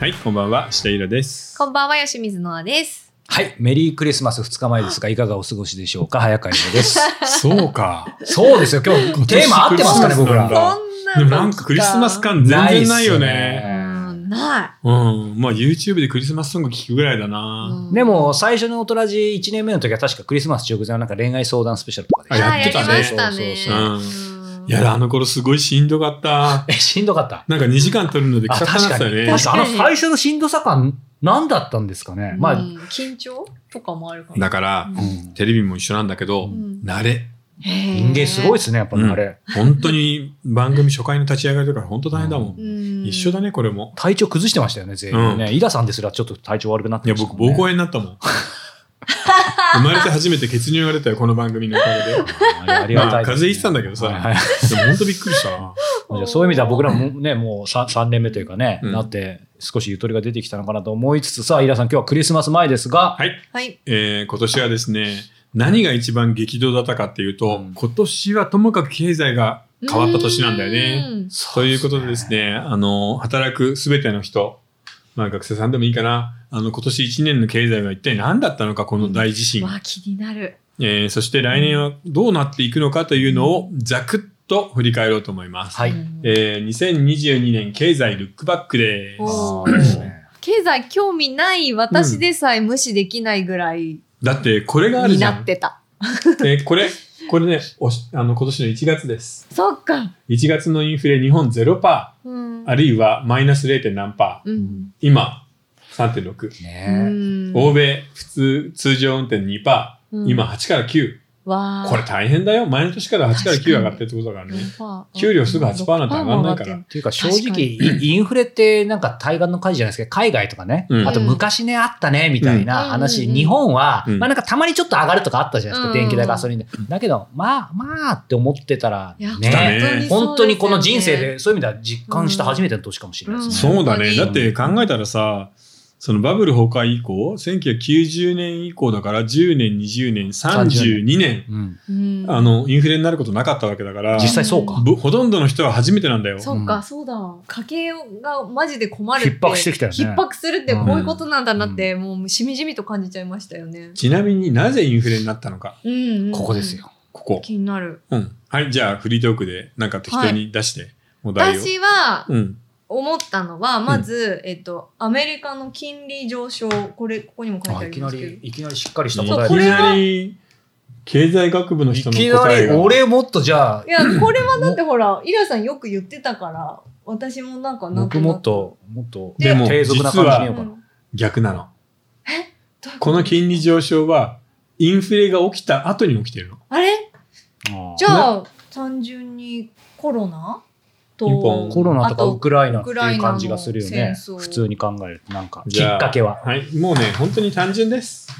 はい、こんばんは、下平です。こんばんは、吉水のあです。はい、メリークリスマス2日前ですが、いかがお過ごしでしょうか早川里です。 そうか。そうですよ、今日テーマ合ってますかね、今年クリスマス僕なんら。だこでんもななんんかクリスマス感全然ないよね。うん、なうん。まあ YouTube でクリスマスソング聴くぐらいだい。な。うんで、も、最初のオトラジ1年目の時は確かクリスマス直前のなんか恋愛相談スペシャルとかあで。やってたねあやりましたね。そうそういやだ、あの頃すごいしんどかった。え、しんどかった。なんか2時間撮るのでくあ、たくた確なっかてたに。よね確。かにあの最初のしんどさ感、何だったんですかね。ままあ、あ、緊張とかもあるかだら。から、うんテレビも一緒なんだけど、ん慣れ。人人間すごいですね、やっぱりあれ。本当に番組初回の立ち上がりとか本当大変だもん。一緒だね。ね、これも。体調崩してましたよね、全員ね。井田さんですらちょっと体調悪くなっいてや、ました僕、もん膀ね。胱炎になった もん。生まれて初めて血乳が出たよ、この番組のおかげで。あれありまあがたいです風邪ね。ひいてたんだけどさはいはいでも本当びっくりしたな。まあじゃあそういう意味では僕らもね、もう 3, 三年目というかね、うんなって少しゆとりが出てきたのかなと思いつつ、さあ、イラさん、今日はクリスマス前ですが、はい。はい。えー今年はですね、何が一番激動だったかっていうと、うん今年はともかく経済が変わった年なんだよね。うん。ということでですね、あの、働くすべての人、まあ学生さんでもいいかな、あの、今年1年の経済は一体何だったのか、この大地震。わあ、気になる。えーそして来年はどうなっていくのかというのをざくっと振り返ろうと思います。はいうんえー2022年経済ルックバックです。おそーうですね経済興味ない私でさえ無視できないぐらいだってこれがあるにじゃなっん。てた。えーこれ、これね、おしあの今年の1月です。そっか。 1月のインフレ日本0%パうんー、あるいはマイナス0. 何パー、うん。今3.6、ね欧米普通通常運転2%パー、今8から9。わあこれ大変だよ。前の年から8から確かに9上がってるってことだからね。 4%給料すぐ8%なんて上がんないからっていうか正確か直、にイインフレってなんか対岸の火事じゃないですけど、海外とかね、うんあと昔ね、あったね、みたいなうん話、うんうん日本は、うんまあなんかたまにちょっと上がるとかあったじゃないでうすか、んうん電気代、ガソリンで。だけど、まあまあって思ってたら、いや来たねね、本当にこの人生で、そういう意味では実感した初めての年かもしれないですね。そうだね。本当だにって考えたらさ、そのバブル崩壊以降、1990年以降だから10年、20年、32年、うんうんあの、インフレになることなかったわけだから、実際そうか。ぶほとんどの人は初めてなんだよ。そうか、そうだ。家計がマジで困るって。逼迫してきたよね逼迫するってこういうことなんだなって、もうしみじみと感じちゃいましたよね。ちなみになぜインフレになったのか。うん、うん。ここです。よ。ここ。気になる。うん。はい、じゃあフリートークでなんか適当に出して、お題を。私はうん。思ったのは、まず、えっと、アメリカの金利上昇、これ、ここにも書いてああいりきまなすけどり、。いきなりしっかりしたい答えきこれでなはり、経済学部の人いのきな答えり、が。俺もっとじゃあい、や、これはだってほら、イラさんよく言ってたから、私もなんかなん僕ともなっく。と、もっと、でも低俗な感じに言おううかんな。逆なの。どういうとこの金利上昇は、インフレが起きた後に起きてるの。あれあーじゃあ、単純にコロナとピンポンコロナとかウクライナってあとウクラいイナうの感じがするよ戦ね。争普通に考えると、なんか、きじゃあっかけは。はい、もうね、本当に単純です。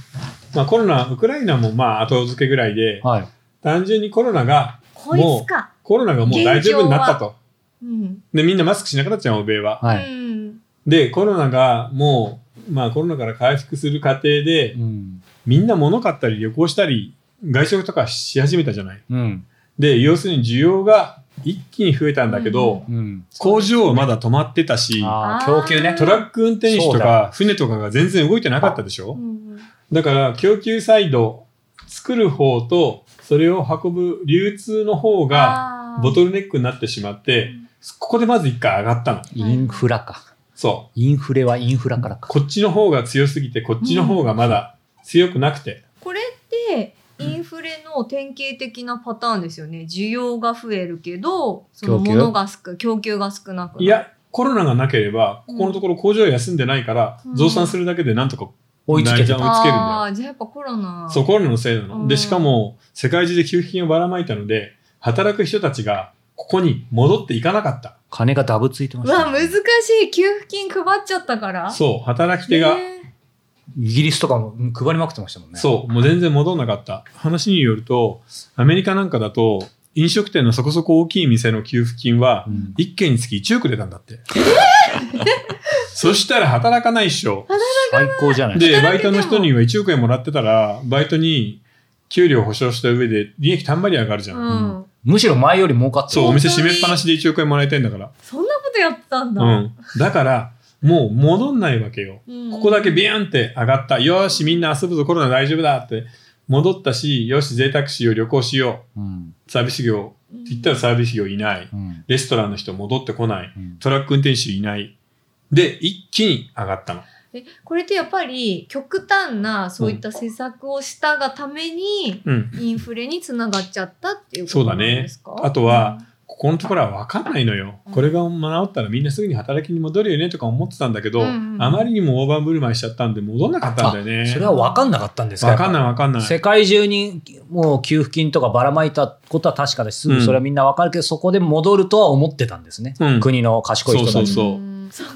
まあ、コロナ、ウクライナもまあ後付けぐらいで、はい。単純にコロナが、こいつか。コロナがもう大丈夫になったと。うん。で、みんなマスクしなくなっちゃう、欧米は。はうい。ん。で、コロナがもう、まあコロナから回復する過程でう、ん。みんな物買ったり旅行したり、外食とかし始めたじゃない。うん。で、要するに需要が一気に増えたんだけど、うんうん。工場はまだ止まってたし、あああ、ー供給ね。トラック運転手そとうかだ船とかが全然動いてなかったでしょうんだから供給サイド作る方とそれを運ぶ流通の方があーボトルネックになってしまってここでまず一回上がったのインフラか。そうインフレはインフラからか。こっちの方が強すぎてこっちの方がまだ強くなくて、これって、インフレの典型的なパターンですよね。需要が増えるけど、その供給物が少、供給が少なくなる。いやコロナがなければここのところ工場休んでないからうん増産するだけでなんとか追いつけて内臓た。追いつけるんだよああ、じゃあやっぱコロナ。そうコロナのせいなの、うんでしかも世界中で給付金をばらまいたので働く人たちがここに戻っていかなかった金がダブついてまうしたわ、ね。難しい。給付金配っちゃったから。そう働き手が、ねイギリスとかもうん配りまくってましたもんね。そう、もう全然戻んなかった。話によると、アメリカなんかだと、飲食店のそこそこ大きい店の給付金はう、ん。 1件につき1億出たんだ って。そしたら働かないっしょ。最高じゃないですか。で、バ働イけてトもの人には1億円もらってたら、バイトに給料保証した上で利益たんまり上がるじゃん。うん。むしろ前より儲かってそう、るお店閉めっぱなしで1億円もらいたいんだから。そんなことやってたんだ。うん。だから、もう戻んないわけよ。うんここだけビューンって上がった。よーし、みんな遊ぶぞ、コロナ大丈夫だって戻ったし、よし、贅沢しよう、旅行しようん。う。サービス業、って言ったらサービス業いない。うん。レストランの人戻ってこない。うん。トラック運転手いない。で、一気に上がったの。えこれってやっぱり極端なそういった政策をしたがためにうん。インフレにつながっちゃったっていうことなんですか、そうだねあとは、ここのところは分かんないのよう。んこれが治ったらみんなすぐに働きに戻るよねとか思ってたんだけど、うんうんあまりにも大盤振る舞いしちゃったんで戻んなかったんだよね。それは分かんなかったんです分かんないい。分かんない。世界中にもう給付金とかばらまいたことは確かです。すぐそれはみんな分かるけど、そこで戻るとは思ってたんですね。うん国の賢い人たちそうも。そううーんそうか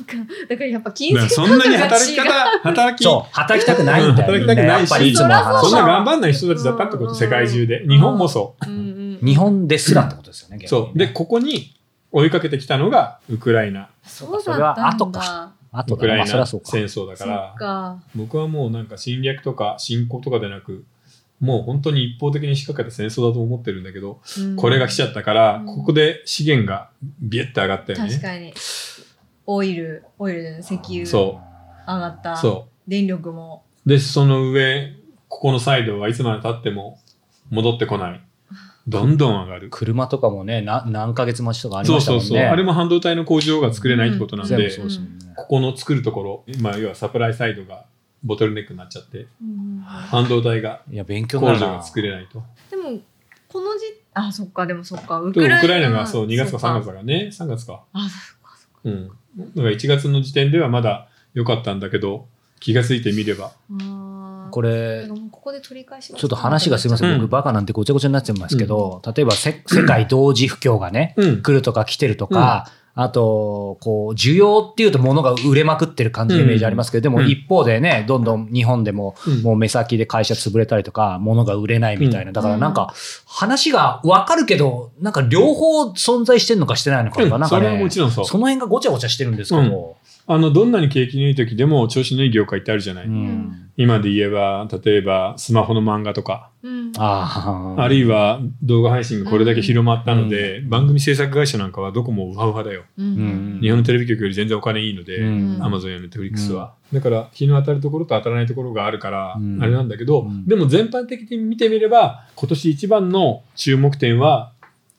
だからやっぱ金銭そんなに働き感方、働き、そう、働きたくないんだよ、うん働きたくないしみんやっぱりいつもの話そんうな頑張んない人たちだったってこと、世界中で。日本もそが違う、うんうん、日本ですらってことですよう。ね、逆にねそう。で、ここに追いかけてきたのがウクライナ。そうそだれったんだは後か。あとウクだラな、まイあ、ナそりゃ戦そうか。争だかそっら、か僕はもうなんか侵略とか侵攻とかでなく、もう本当に一方的に仕掛けた戦争だと思ってるんだけど、うんこれが来ちゃったから、うんここで資源がビュッて上がったよ確ね。かにオイルオイルじゃない石油上そがったそ電力もう。で、その上、ここのサイドはいつまで経っても戻ってこない。どんどん上がる。車とかもね、な何ヶ月待ちとかありそまうしたそもうんね。そう。あれも半導体の工場が作れないってことなんで、全部んそうですもんね。ここの作るところ、まあ、要はサプライサイドがボトルネックになっちゃって、うん半導体が、いや、勉強工になる場な。が作れないと。でもこの時あそっかでもそっかウでもウクライナがそう2月か3月だからね、3月か。あそっかそっかうん。だから1月の時点ではまだ良かったんだけど、気がついてみれば。あーこだれか、らもうここで取り返しますちょっと話がすみません、うん僕バカなんてごちゃごちゃになっちゃいますけど、例えばせ世界同時不況がね、うん。来るとか来てるとか、あと、こう、需要っていうと物が売れまくってる感じのイメージありますけど、でうもん一方でね、どんどん日本でも、うんもう目先で会社潰れたりとか、物が売れないみたいな。だからなんか、話がわかるけど、なんか両方存在してんのかしてないのかとか、うんなんかそれはねもち、ろんそう。その辺がごちゃごちゃしてるんですけど、あの、どんなに景気のいい時でも調子のいい業界ってあるじゃない。うん。今で言えば、例えばスマホの漫画とか、うんああ。あるいは動画配信がこれだけ広まったので、番組制作会社なんかはどこもウハウハだよ。ううん日本のテレビ局より全然お金いいので、うんアマゾンやネットフリックスは、だから日の当たるところと当たらないところがあるから、うんあれなんだけど、うんでも全般的に見てみれば今年一番の注目点は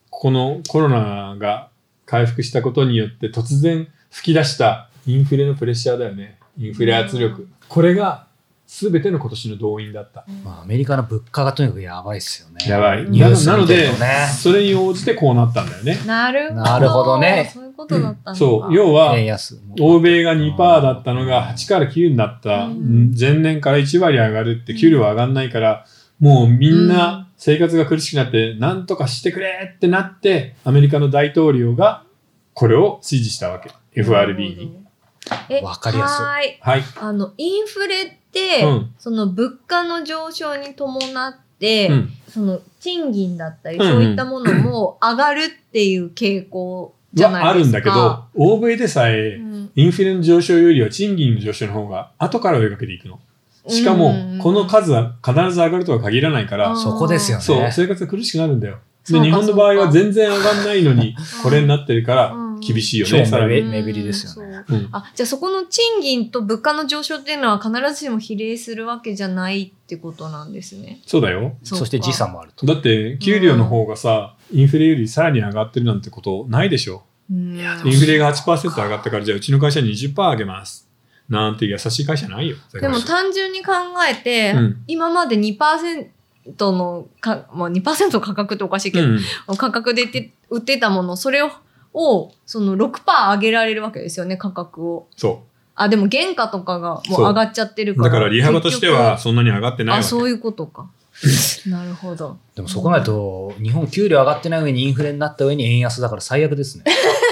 このコロナが回復したことによって突然吹き出したインフレのプレッシャーだよねインフレ圧力、うんこれが全ての今年の動員だった、まあアメリカの物価がとにかくやばいっすよね。やばいニュなースなの見てるでとねそれに応じてこうなったんだよねなるほどなるほどねそういうことだったんだそう要は、円安。欧米が2%だったのが8から9になった、うん前年から1割上がるって給料は上がんないから、もうみんな生活が苦しくなって、なんとかしてくれってなって、アメリカの大統領がこれを支持したわけ。FRB に。にわかりやすいいはい。あのインフレって、うんその物価の上昇に伴って、うん。その賃金だったり、うんうんそういったものも上がるっていう傾向じゃはなあいでるんすだけどか。、欧米でさえ、うんインフレの上昇よりは賃金の上昇の方が後から追いかけていくの。しかうんうんも、この数は必ず上がるとは限らないから、あーそこですよね。そう、生活が苦しくなるんだよ。そうで、か日本の場合は全然上がんないのに、これになってるからうん厳しいよ超ね、目さら減に。り目減りですよね。そううんあじゃあそこの賃金と物価の上昇っていうのは必ずしも比例するわけじゃないってことなんですね。そうだよ。そそうかして時差もあると。だって、給料の方がさ、インフレよりさらに上がってるなんてことないでしょ。うんインフレが8%上がったから、じゃあうちの会社20%上げます。なんて優しい会社ないよ。でも単純に考えて、うん今まで2%のか、まあ、2%価格っておかしいけうど、ん、価格で売って売ってたもの、それを、をその6%上げられるわけですよね、価格を。そあ、でも原価とかがもうそう上がっちゃってるう。から。だから、リハバとしては結そんなに上がって局ないわあ、け。そういうこ とか。なるほど。でもそこまでと、日本給料上がってない上にインフレになった上に円安だから最悪ですね。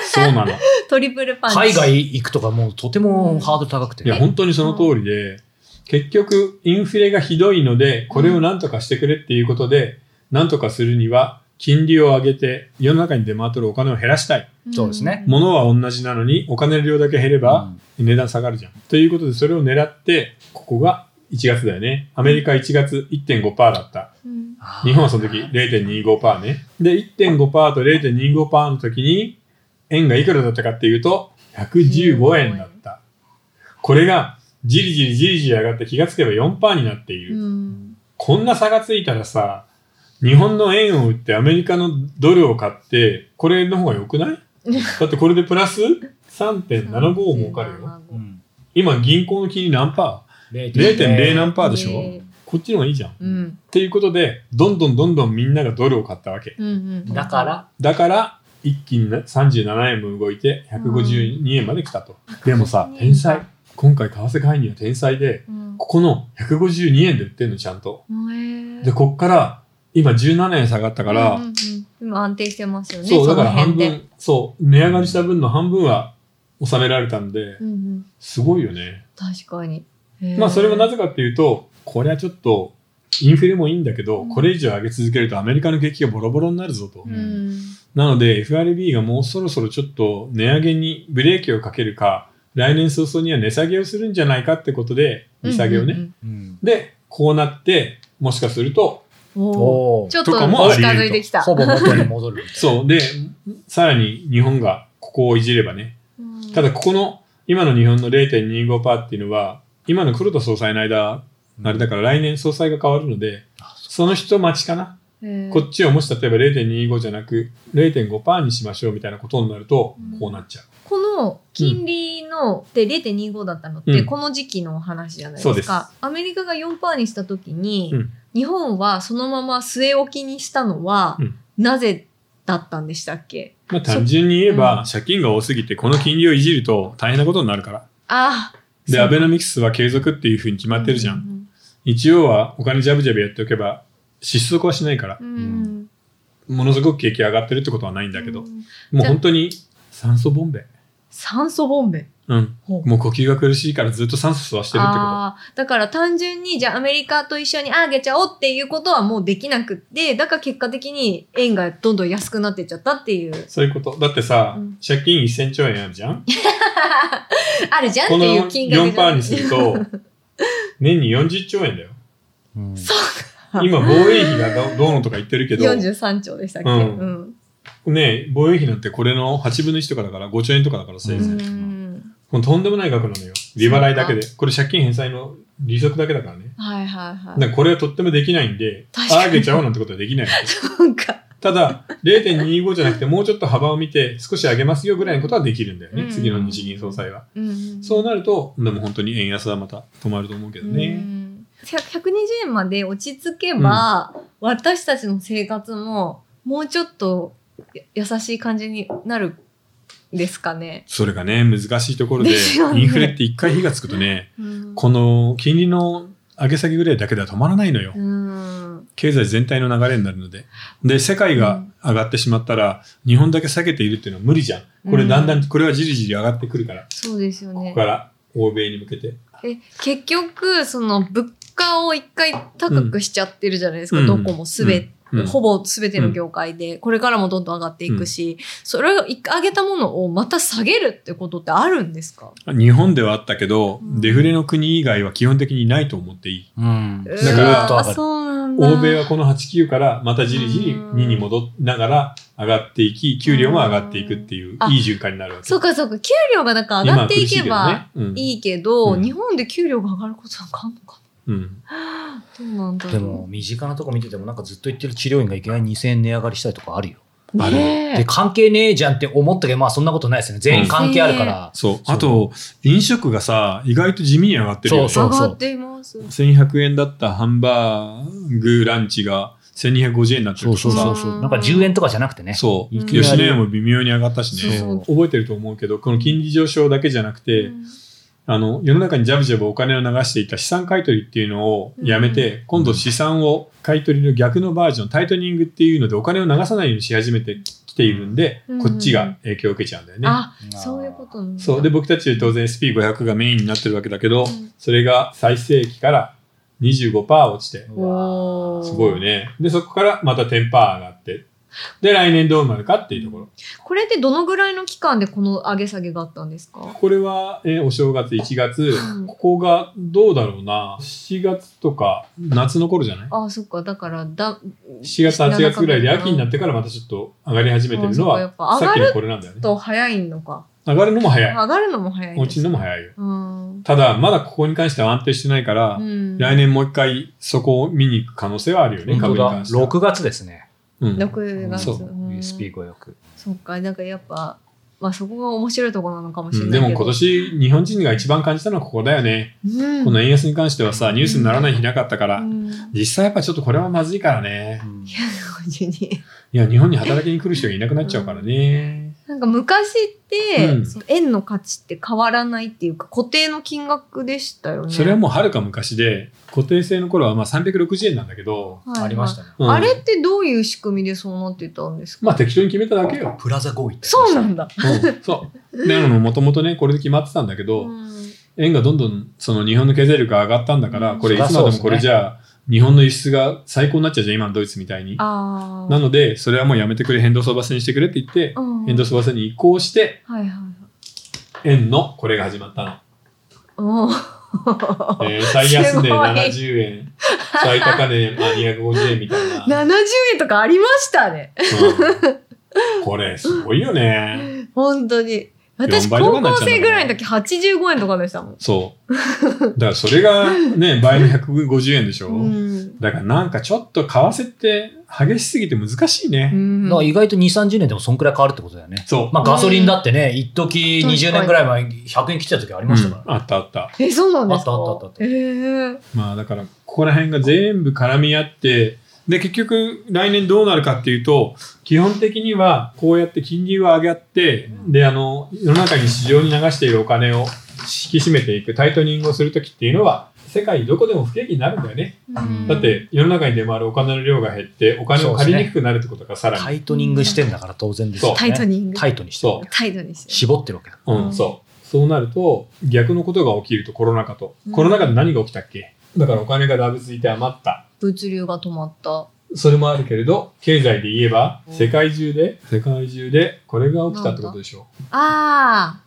そうなの。い トリプルパンチ。海外行くとかもうとてもハードル高くて。や、本当にその通りで、結局、インフレがひどいので、これをなんとかしてくれっていうことで、なんとかするには、金利を上げて、世の中に出回ってるお金を減らしたい。うん、そうですね物は同じなのにお金の量だけ減れば値段下がるじゃん。ということでそれを狙ってここが1月だよね。アメリカ1月1.5%だった。うん日本はその時0.25%ね。で1.5%と0.25%の時に円がいくらだったかっていうと115円だった。これがじりじりじりじり上がって気がつけば4%になっている。うんこんな差がついたらさ、日本の円を売ってアメリカのドルを買って、これの方が良くない だってこれでプラス3.75儲かるよ。 3.75うん今銀行の金利何パー ?0.0 何パーでしょ、ねこっちの方がいいじゃん。っうんていうことで、どんどんどんどんみんながドルを買ったわけ。うんうんだから、だから、一気にな37円も動いて152円まで来たと。でもさ、天才。今回為替介入は天才で、うんここの152円で売ってんの、ちゃんと。へえで、こっから、今17円下がったから、うんうんうん今安定してますよねそう、だからの辺半で分、そう、値上がりした分の半分は収められたんで、うんうんすごいよね。確かにまあ、それもなぜぜかっていうと、これはちょっと、インフレもいいんだけど、うんこれ以上上げ続けるとアメリカの景気がボロボロになるぞと。うんなので、FRB がもうそろそろちょっと値上げにブレーキをかけるか、来年早々には値下げをするんじゃないかってことで、利下げをね。うんうんで、こうなって、もしかすると、うんうんおーおーちょっとと近かもあり得るとづいてきたほぼ元に戻るみたいな。 そう。で、さらに日本がここをいじればね。うんただ、ここの、今の日本の0.25%っていうのは、今の黒田総裁の間、あれだから来年総裁が変わるので、その人待ちかな。へえこっちをもし例えば0.25じゃなく0.5%にしましょうみたいなことになるとう、んこうなっちゃう。この金利の、で0.25だったのって、うんこの時期のお話じゃないそうでですすかアメリカが4%にした時に、うん日本はそのまま据え置きにしたのは、うんなぜだったんでしたっけまあ単純に言えば、借金が多すぎてこの金利をいじると大変なことになるから。あーで、そうアベノミクスは継続っていうふうに決まってるじゃん。ん一応はお金ジャブジャブやっておけば失速はしないからう、んものすごく景気上がってるってことはないんだけど、うんもう本当に酸素ボンベ。酸素ボンベうん。ほうもう呼吸が苦しいからずっと酸素吸わしてるってこあーだから単純にじゃあアメリカと一緒にあげちゃおうっていうことはもうできなくってだから結果的に円がどんどん安くなってっちゃったっていうと。そういうこと。だってさ、うん借金1000兆円あるじゃん あるじゃんっこのていう金額4%にする と、年に40兆円だよ。うん今、防衛費がどどうのとか言ってるけど、 43兆でしたっけ、ううんんね、防衛費なんてこれの8分の1とかだから5兆円とかだからせいぜい。うんもうとんでもない額なのよ。利払いだけで。これ借金返済の利息だけだからね。はいはいはだからこれはとってもできないんで、確かにあげちゃおうなんてことはできないわけ。い。なんか、ただ、0.25じゃなくて、もうちょっと幅を見て、少し上げますよぐらいのことはできるんだよね、うん次の日銀総裁は。うんそうなると、でも本当に円安はまた止まると思うけどうね。ん100 120円まで落ち着けば、私たちの生活ももうちょっとや優しい感じになるんですかね。それがね、難しいところで、ですよねインフレって一回火がつくとね、うんこの金利の上げ下げぐらいだけでは止まらないのよう。ん経済全体の流れになるので。で、世界うがん上がってしまったら、日本だけ下げているっていうのは無理じゃん。これだんだ、うんこれはじりじり上がってくるから、そうですよここね。から欧米に向けて。え結局その物価を一回高くしちゃってるじゃないですか、うんどこもすべて。うんほぼ全ての業界で、これからもどんどん上がっていくし、それを一回上げたものをまた下げるってことってあるんですか日本ではあったけど、うんデフレの国以外は基本的にないと思っていい。うん。だだからずっと上がる。そうなんだ。欧米はこの8、9からまたじりじりうん2に戻りながら上がっていき、給料も上がっていくっていうあいい循環になるわけ。そうかそうか、給料がなんか上今がはってい苦しけけどねばうんいいけど、うん日本で給料が上がることなんかあんのかうん。などうなんだろう。でも、身近なとこ見てても、なんかずっと言ってる治療院がいきなり2000円値上がりしたりとかあるよ。あるねで、え。関係ねえじゃんって思ったけど、まあそんなことないですよね。全員関係あるから。そう。あと、飲食がさ、意外と地味に上がってるよね。そう上がっています。 1100円だったハンバーグランチが1250円になってるそとうかそうそうそう。なんか10円とかじゃなくてね。そう。いきなり吉野家も微妙に上がったしね。そう覚えてると思うけど、この金利上昇だけじゃなくて、うんあの、世の中にジャブジャブお金を流していた資産買い取りっていうのをやめて、今度資産を買い取りの逆のバージョン、タイトニングっていうのでお金を流さないようにし始めてきているんで、うんこっちが影響を受けちゃうんだよね。あ、あーそういうことなんだそう。で、僕たち当然 SP500 がメインになってるわけだけど、うんそれが最盛期から25%落ちて、うわおーすごいよね。で、そこからまた10%上がって、で、来年どうなるかっていうところ。これってどのぐらいの期間でこの上げ下げがあったんですかこれは、えーお正月1月うん、ここがどうだろうな、7月とか夏の頃じゃないあーそっか、だからだ、 7月8月ぐらいで秋になってからまたちょっと上がり始めてるのあはそうかやっぱさっきのこれなんだよねと早いのか。上がるのも早い。上がるのも早い落でちす。るのも早いよ。うん。ただ、まだここに関しては安定してないから、うん。来年もう一回そこを見に行く可能性はあるよね、本株当にだ。関しては。 6月ですね。うん6月。そうん USB 語くそっか、なんかやっぱ、まあそこが面白いところなのかもしうれんなでいもけ今ど。年日本人が一番感じたのはここだよね、うん、この円安に関してはさニュースにならない日なかったから、うん、実際やっぱちょっとこれはまずいからねうん52いや日本に働きに来る人がいなくなっちゃうからね、なんか昔って、うんその円の価値って変わらないっていうか固定の金額でしたよね。それはもうはるか昔で固定制の頃はまあ360円なんだけど、はいありましたね。うんあれってどういう仕組みでそうなってたんですか、まあ適当に決めただけよ、プラザ合意ってそうなんだ。うん、そうでもともとねこれで決まってたんだけど、うん円がどんどんその日本の経済力が上がったんだからこれいそりゃつそまうででもすねこれじゃあ日本の輸出が最高になっちゃうじゃん今のドイツみたいに。あなのでそれはもうやめてくれ変動相場制にしてくれって言ってあ、うん変動相場制に移行してはいはいはい。円のこれが始まったおの。えー最安値すごい70円最高値まあ250円みたいな。 70円とかありましたね。うんこれすごいよね。本当に。私、 4倍とか高になっ校ちゃうんだから生ぐらいの時85円とかでしたもん。そう。だからそれがね倍の150円でしょ。うん。だからなんかちょっと為替って激しすぎて難しいね。うん意外と2、30年でもそんくらい変わるってことだよね。そう。まあガソリンだってね、一時確かに20年ぐらい前100円切ってた時ありましたからね。あったあった。え、そうなんですかあったあったあったえーまあだから、ここら辺が全部絡み合って、で、結局、来年どうなるかっていうと、基本的には、こうやって金利を上げって、で、あの、世の中に市場に流しているお金を引き締めていく、タイトニングをするときっていうのは、世界どこでも不景気になるんだよね。うんだって、世の中に出回るお金の量が減って、お金を借りにくくなるってことがさらタに。イトニングしてんだから当然ですよね。タイトニング。タイトにしてるそね。態度にして絞ってるわけだ。うん、そう。そうなると、逆のことが起きると、コロナ禍とうん。コロナ禍で何が起きたっけだからお金がダブついて余った。物流が止まった。それもあるけれど、経済で言えば、世界中で、世界中で、これが起きたってことでしょあ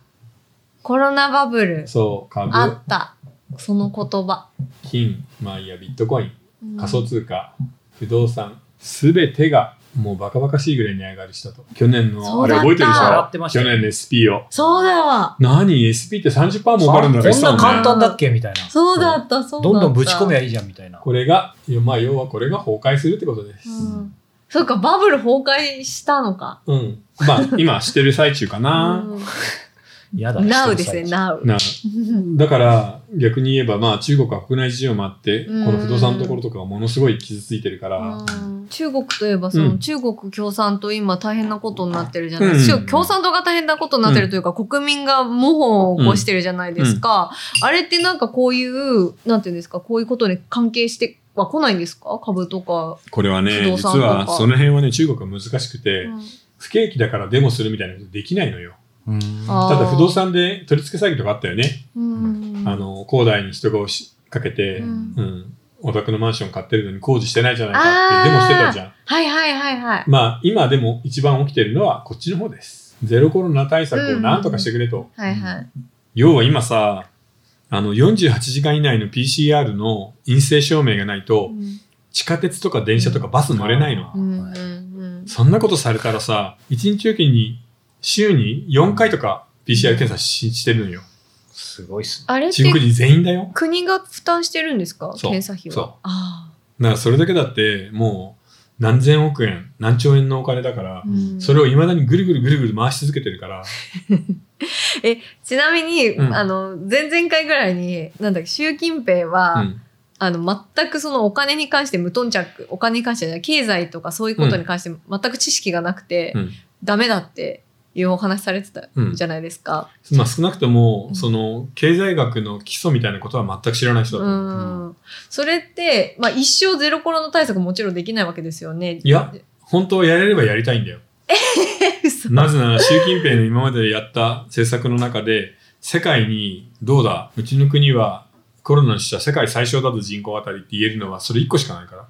ー、コロナバブルう。。そう、あ株、った。その言葉。金、まあいいや、ビットコイン、うん仮想通貨、不動産、すべてが、もうバカバカしいぐらい値上がりしたと。去年の、そあうれだった覚えてるでし笑ょってました去よ年の SP を。そうだわ。何 ?SP って30%儲かるんだってこんなもん簡単だっけみたいな。そうだった、そうだった。どんどんぶち込めばいいじゃんみたいな。これが、まあ要はこれが崩壊するってことです。うん。そうか、バブル崩壊したのか。うん。まあ今してる最中かな。嫌だ。なうですね、人のなう。なだから逆に言えばまあ中国は国内事情もあってこうんの不動産のところとかがものすごい傷ついてるからうん中国といえば、そうのん中国共産党今大変なことになってるじゃないでうすんか。共産党が大変なことになってるというか、国民が模倣を起こしてるじゃないですか。あれってなんかこういう、なんていうんですか、こういうことに関係しては来ないんですか株とか。これはね不動実産とかはその辺はね中国は難しくて、不景気だからデモするみたいなことできないのよ最中うんあーただ不動産で取り付け詐欺とかあったよね、うんあの恒大に人が押しかけて、ううんんお宅のマンション買ってるのに工事してないじゃないかってデモしてたじゃんはいはいはいはい。まあ今でも一番起きてるのはこっちの方ですゼロコロナ対策をなんとかしてくれと、はいはい。要は今さあの48時間以内の PCR の陰性証明がないと地下鉄とか電車とかバス乗れないの、うんうんうんそんなことされたらさ1日おきに週に4回とか PCR 検査ししてるのよすごいっすね。あれって中国人全員だよ国が負担してるんですかそう検査費そはう。あだからそれだけだってもう何千億円何兆円のお金だからあ、うんそれをいまだにぐるぐるぐるぐる回し続けてるからちなみに、うんあの前々回ぐらいになんだっけ習近平は、うんあの全くそのお金に関して無頓着お金に関してじゃない経済とかそういうことに関して全く知識がなくて、うんダメだっていうお話されてたうんじゃないですか。まあ少なくともうんその経済学の基礎みたいなことは全く知らない人うだと思う、んそれって、まあ、一生ゼロコロナ対策もちろんできないわけですよね。いや本当はやれればやりたいんだよ 嘘なぜなら習近平の今までやった政策の中で世界にどうだうちの国はコロナの死者世界最小だと人口あたりって言えるのはそれ1個しかない から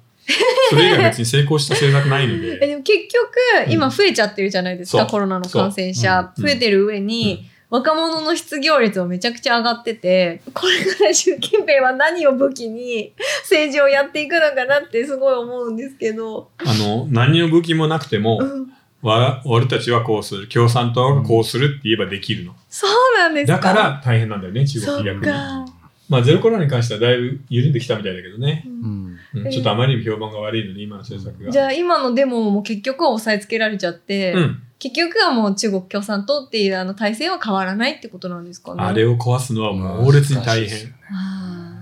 それ以外別に成功した政策ないのえ で、でも結局今増えちゃってるじゃないですか、そうコロナの感染者、そううん増えてる上に、若者の失業率もめちゃくちゃ上がっててこれから習近平は何を武器に政治をやっていくのかなってすごい思うんですけど、あの何の武器もなくてもうんわ俺たちはこうする共産党がこうするって言えばできるの、そうなんですか。だから大変なんだよね中そ国っ逆にか。まあゼロコロナに関してはだいぶ緩んできたみたいだけどね、ううんんうんちょっとあまりにも評判が悪いので今の政策がじゃあ今のデモも結局は押さえつけられちゃって、うん、結局はもう中国共産党っていうあの体制は変わらないってことなんですかね。あれを壊すのは猛烈に大難しいです変よねあ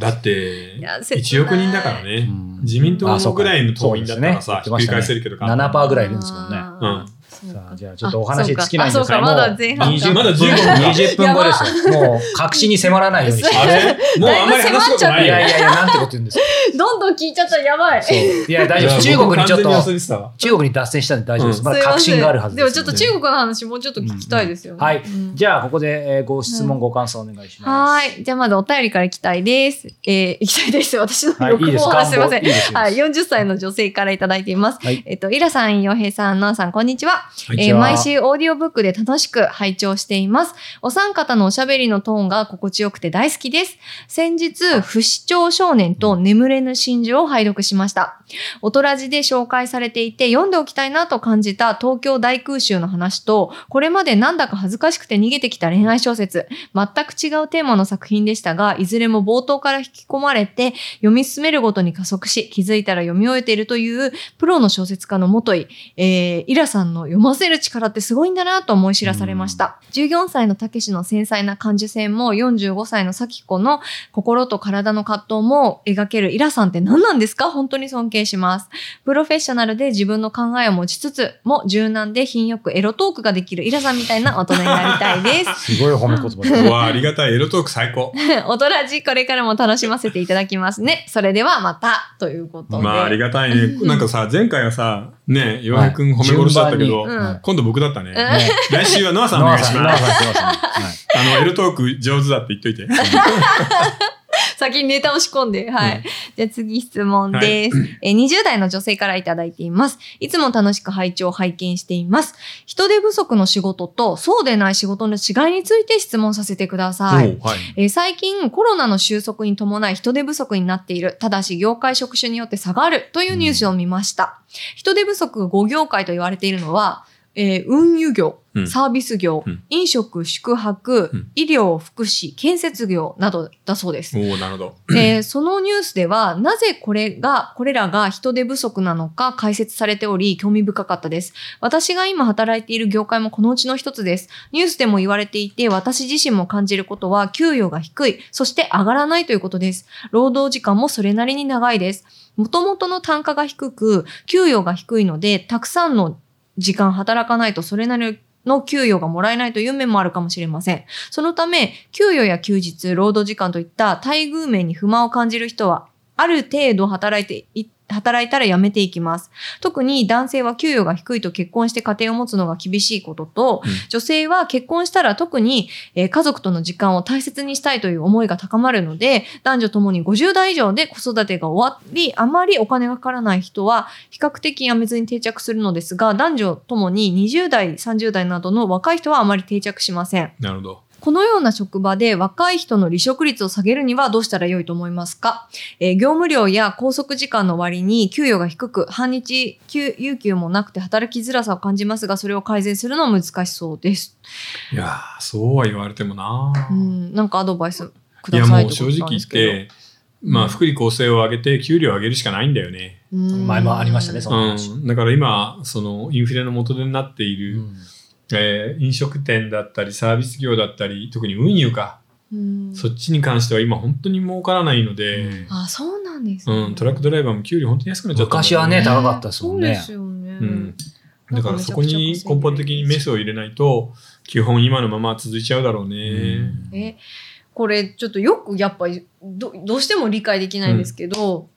だっーていや切ない1億人だからうね、ん自民党ぐらいの党員だったらそさ、うひですっねくり返せるけど簡単7%ぐらいいるんですもんねあうーんそうかさあじゃあちょっとお話尽きあないんでそうすかがあそうかまだ前半かまだ15分か20分後ですよ。もう確信に迫らないようにして。あいれもうあんまり話すことないやい よ。やいや、なんてこと言うんですか。どんどん聞いちゃったやばい。そういや、大丈夫です。いや中国にちょっ僕完と全、に忘れてたわ中国に脱線したんで大丈夫です。うんまだ確信があるはずでもですのちで。ょっと中国の話もうちょっと聞きたいですよね。はいうんじゃあ、ここでえーご質問、ご感想お願いします。はーい。じゃあまずお便りから行きたいです。えー、行きたいです。私のはい、欲いいです望かがすいません。いいですよ。はい。40歳の女性からいただいています。はいえっと、イラさん、洋平さん、ノアさん、こんにちは。こんにえちーは毎週オーディオブックで楽しく拝聴しています。お三方のおしゃべりのトーンが心地よくて大好きです。先日、不死鳥少年と眠れぬ真珠を拝読しました。おとらじで紹介されていて読んでおきたいなと感じた東京大空襲の話と、これまでなんだか恥ずかしくて逃げてきた恋愛小説、全く違うテーマの作品でしたが、いずれも冒頭から引き込まれて、読み進めるごとに加速し、気づいたら読み終えているという、プロの小説家の元井えーイラさんの読ませる力ってすごいんだなと思い知らされました。14歳のたけしの繊細な感受性も45歳の咲子の心と体の葛藤も描けるイラさんって何なんですか本当に尊敬します。プロフェッショナルで自分の考えを持ちつつも柔軟で品よくエロトークができるイラさんみたいな大人になりたいです。すごい褒め言葉ですうわありがたい。エロトーク最高。 大人じこれからも楽しませていただきますね。それではまたということで。まあ、ありがたいね。なんかさ、前回はさ、ね、洋はい平くん褒め殺しだったけど、番順にうん今度僕だったね。うん ね来週はノアさんおノ願アいしさん、ノまアす。さん、すいませんはい。あの、エロトーク上手だって言っといて。先にネタを仕込んで、はい。うんじゃあ次質問です、えー。20代の女性からいただいています。いつも楽しく拝聴拝見しています。人手不足の仕事とそうでない仕事の違いについて質問させてください。おうはい。えー最近コロナの収束に伴い人手不足になっている。ただし業界職種によって差があるというニュースを見ました。人手不足5業界と言われているのは、えー運輸業、うんサービス業、うん飲食、宿泊、うん医療、福祉、建設業などだそうです。おおなるほど。えーそのニュースでは、なぜこれが、これらが人手不足なのか解説されており、興味深かったです。私が今働いている業界もこのうちの一つです。ニュースでも言われていて、私自身も感じることは、給与が低い、そして上がらないということです。労働時間もそれなりに長いです。元々の単価が低く、給与が低いので、たくさんの時間働かないと、それなりの給与がもらえないという面もあるかもしれません。そのため、給与や休日、労働時間といった待遇面に不満を感じる人は、ある程度働いてい、働いたら辞めていきます。特に男性は給与が低いと結婚して家庭を持つのが厳しいことと、うん女性は結婚したら特に、えー家族との時間を大切にしたいという思いが高まるので、男女ともに50代以上で子育てが終わり、あまりお金がかからない人は比較的やめずに定着するのですが、男女ともに20代、30代などの若い人はあまり定着しません。なるほど。このような職場で若い人の離職率を下げるにはどうしたらよいと思いますか、えー業務量や拘束時間の割に給与が低く、半日給有給もなくて働きづらさを感じますが、それを改善するのは難しそうです。いやーそうは言われてもなう。ん、なんかアドバイスくいだや、さいもう正直言っってて、まあ、福利厚生を上げて、給料を上げるしかないんだよね。ことなんですけど、うん前もありましたね、その話。うん。だから今、その、インフレの元手になっていうる、んえー飲食店だったり、サービス業だったり、特に運輸か。うんそっちに関しては今本当に儲からないのうでん、あ、そうなんです、うん、トラックドライバーも給料本当に安くなっちゃったんだよ、昔はね高かったですもんねえーそうですよね。うん。だからそこに根本的にメスを入れないと、基本今のまま続いちゃうだろうね。えこれちょっとよくやっぱりどどうしても理解できないんですけど、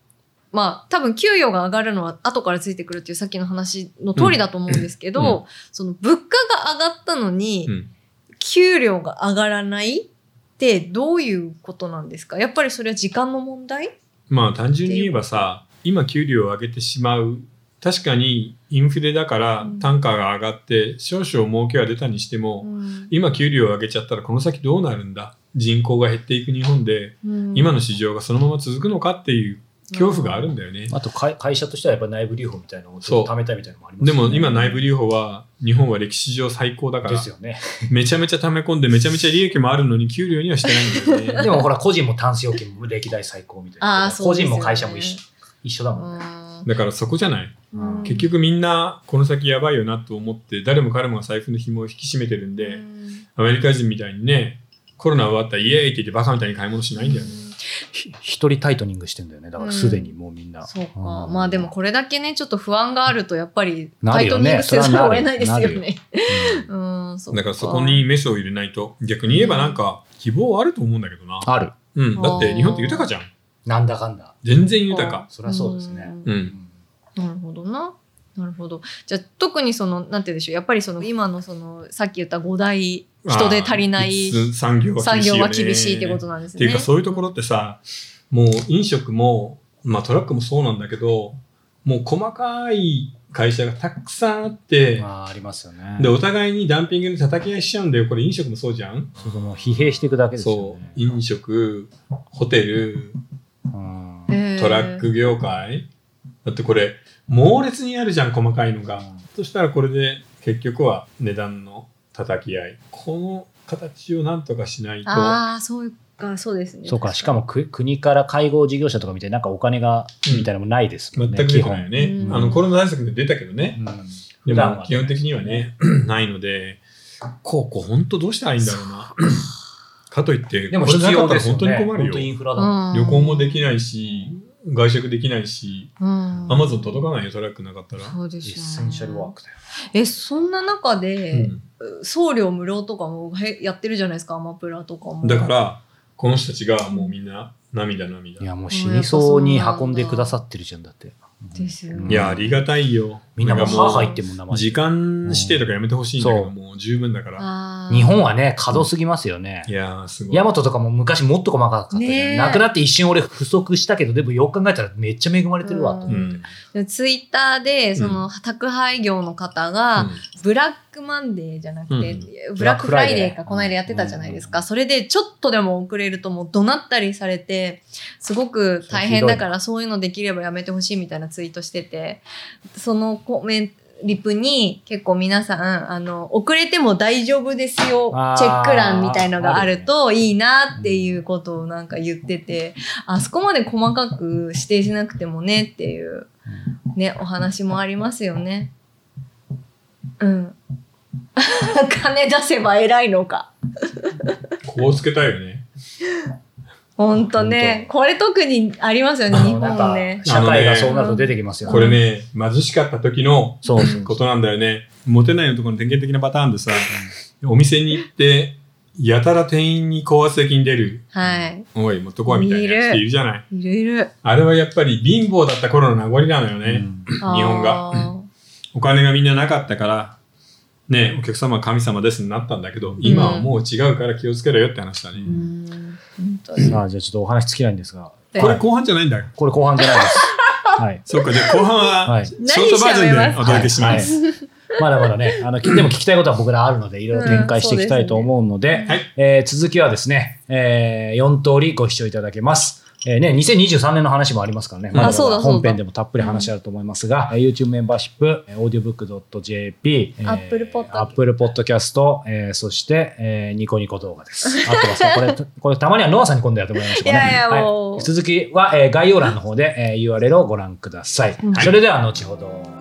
まあ多分給与が上がるのは後からついてくるっていうさっきの話の通りだと思うんですけど、うんうその物価が上がったのに、うん給料が上がらないってどういうことなんですかやっぱりそれは時間の問題まあ単純に言えばさ、今給料を上げてしまう。確かにインフレだからうん単価が上がって少々儲けは出たにしても、今給料を上げちゃったらこの先どうなるんだ人口が減っていく日本で、今の市場がそのまま続くのかっていう恐怖があるんだよね。あと会会社としてはやっぱ内部留保みたいなのをちょっと貯めたいみたいなのもありますでよねも今内部留保は日本は歴史上最高だかでらす、よね。めちゃめちゃ溜め込んでめちゃめちゃ利益もあるのに給料にはしてないんだよね。でもほら、個人も単数預金も歴代最高みたいな。あーそうですよね個人も会社も一緒一緒だもんね。だからそこじゃない。うん結局みんなこの先やばいよなと思って誰も彼もが財布の紐を引き締めてるんで、うんアメリカ人みたいにね、コロナ終わったらイエーイって言ってバカみたいに買い物しないんだよね。ひ一人タイトニングしてんだよね。だからすでにもうみんな。そうか、うんまあでも、これだけねちょっと不安があるとやっぱりなタるイトよニンねグせざるを得ないですよそれはなるね。うんうん、そっだからそこにメスを入れないと、逆に言えばなんか希望はあると思うんだけどな。ある。うん、だって日本って豊かじゃん。なんだかんだ。全然豊か。そりゃそうですね。う。うんんなるほどな。なるほど。じゃあ特にそのなんて言うんでしょう。やっぱりその今のそのさっき言った五大人手足りないああ産業は産厳しいよ業ねは厳しいってことなんでっすね。ていうかそういうところってさもう飲食も、まあ、トラックもそうなんだけどもう細かい会社がたくさんあってまあ、ありますよね。でお互いにダンピングで叩き合いしちゃうんだよこれ飲食もそうじゃんそうそうもう疲弊していくだけですよそうね。飲食ホテルうんへートラック業界だってこれ猛烈にあるじゃん細かいのがそしたらこれで結局は値段の叩き合いこの形をなんとかしないとああそうかそうですね。そうか、しかもく国から介護事業者とかみたいになんかお金が、うんみたいなのもないですも全んね。く出てないよね、うんあのコロナ対策で出たけどね、基本。で普段はもね基本的にはね、ないので、こうこう本当どうしたらいいんだろう な。かといって、でもこれ必なか要ったでらすよ本当ね。に困る本当イよ。ンフラだもん。うん旅行もできないし、外食できないし、うんアマゾン届かないよ、トラックなかったら。そうでエッすよねセンシャルワークだよ。えそんな中うで、ん送料無料とかもへやってるじゃないですかアマプラとかも。だから、この人たちがもうみんな涙涙。いいや、や、もう死にそうに運んでくださってるじゃんだって。ですよねうんありがたいよ。みんなもうだか歯ら入ってんもんな、マジ時で。間指定とかやめてほしいんだけど、うんもう十分だから。あー日本はね、過度すぎますよねい。やー、すごい。ヤマトとかも昔もっと細かかったじゃんねえなくなって一瞬俺不足したけど、でもよく考えたらめっちゃ恵まれてるわとう思って。ん。でツイッターでその、宅配業の方が、ブラックマンデーじゃなくて、ブラックフライデーかこの間やってたじゃないですか、うんそれでちょっとでも遅れるともう怒鳴ったりされてすごく大変だからそういうのできればやめてほしいみたいなツイートしててそのコメントリプに結構皆さん、あの、遅れても大丈夫ですよあ、ーチェック欄みたいのがあるといいなっていうことをなんか言ってて、あそこまで細かく指定しなくてもねっていうね、お話もありますよね。うん。 金出せば偉いのか。こうつけたいよね。ほんとね。これ特にありますよね、あ日のなんか本ね。社会がそうなると出てきますよね。これね、貧しかった時のそうそうことなんだよね。モテない男の典型的なパターンでさ、お店に行って、やたら店員に高圧的に出る、はい。おい、もっと来いみたいなやつっているじゃない。いるいる。あれはやっぱり貧乏だった頃の名残なのようね。んあー日本がお金がみんななかったから、ね、お客様は神様ですになったんだけど、今はもう違うから気をつけろよって話だね。うん。本当に。まあじゃあちょっとお話尽きないんですが、でこれ後半じゃないんだよ。これ後半じゃないです。はい。そっか、じゃあ後半はは、いショートバージョンでお届けします。はいはいまだまだね、あの、きでも 聞きたいことは僕らあるので、いろいろ展開していきたいと思うので、はいえー続きはですね、え4通りご視聴いただけます。えーね、2023年の話もありますからね、まだまあそうだだそうだ本編でもたっぷり話あると思いますが、えー YouTube メンバーシップ、えー audiobook.jp、えー Apple Podcast Apple Podcast、えーそして、えーニコニコ動画です。合ってますかこれ、 これたまにはノアさんに今度やってもらいましょうかね。いやいやもうはい続きは、えー概要欄の方で、えー URL をご覧ください。うんそれでは後ほど。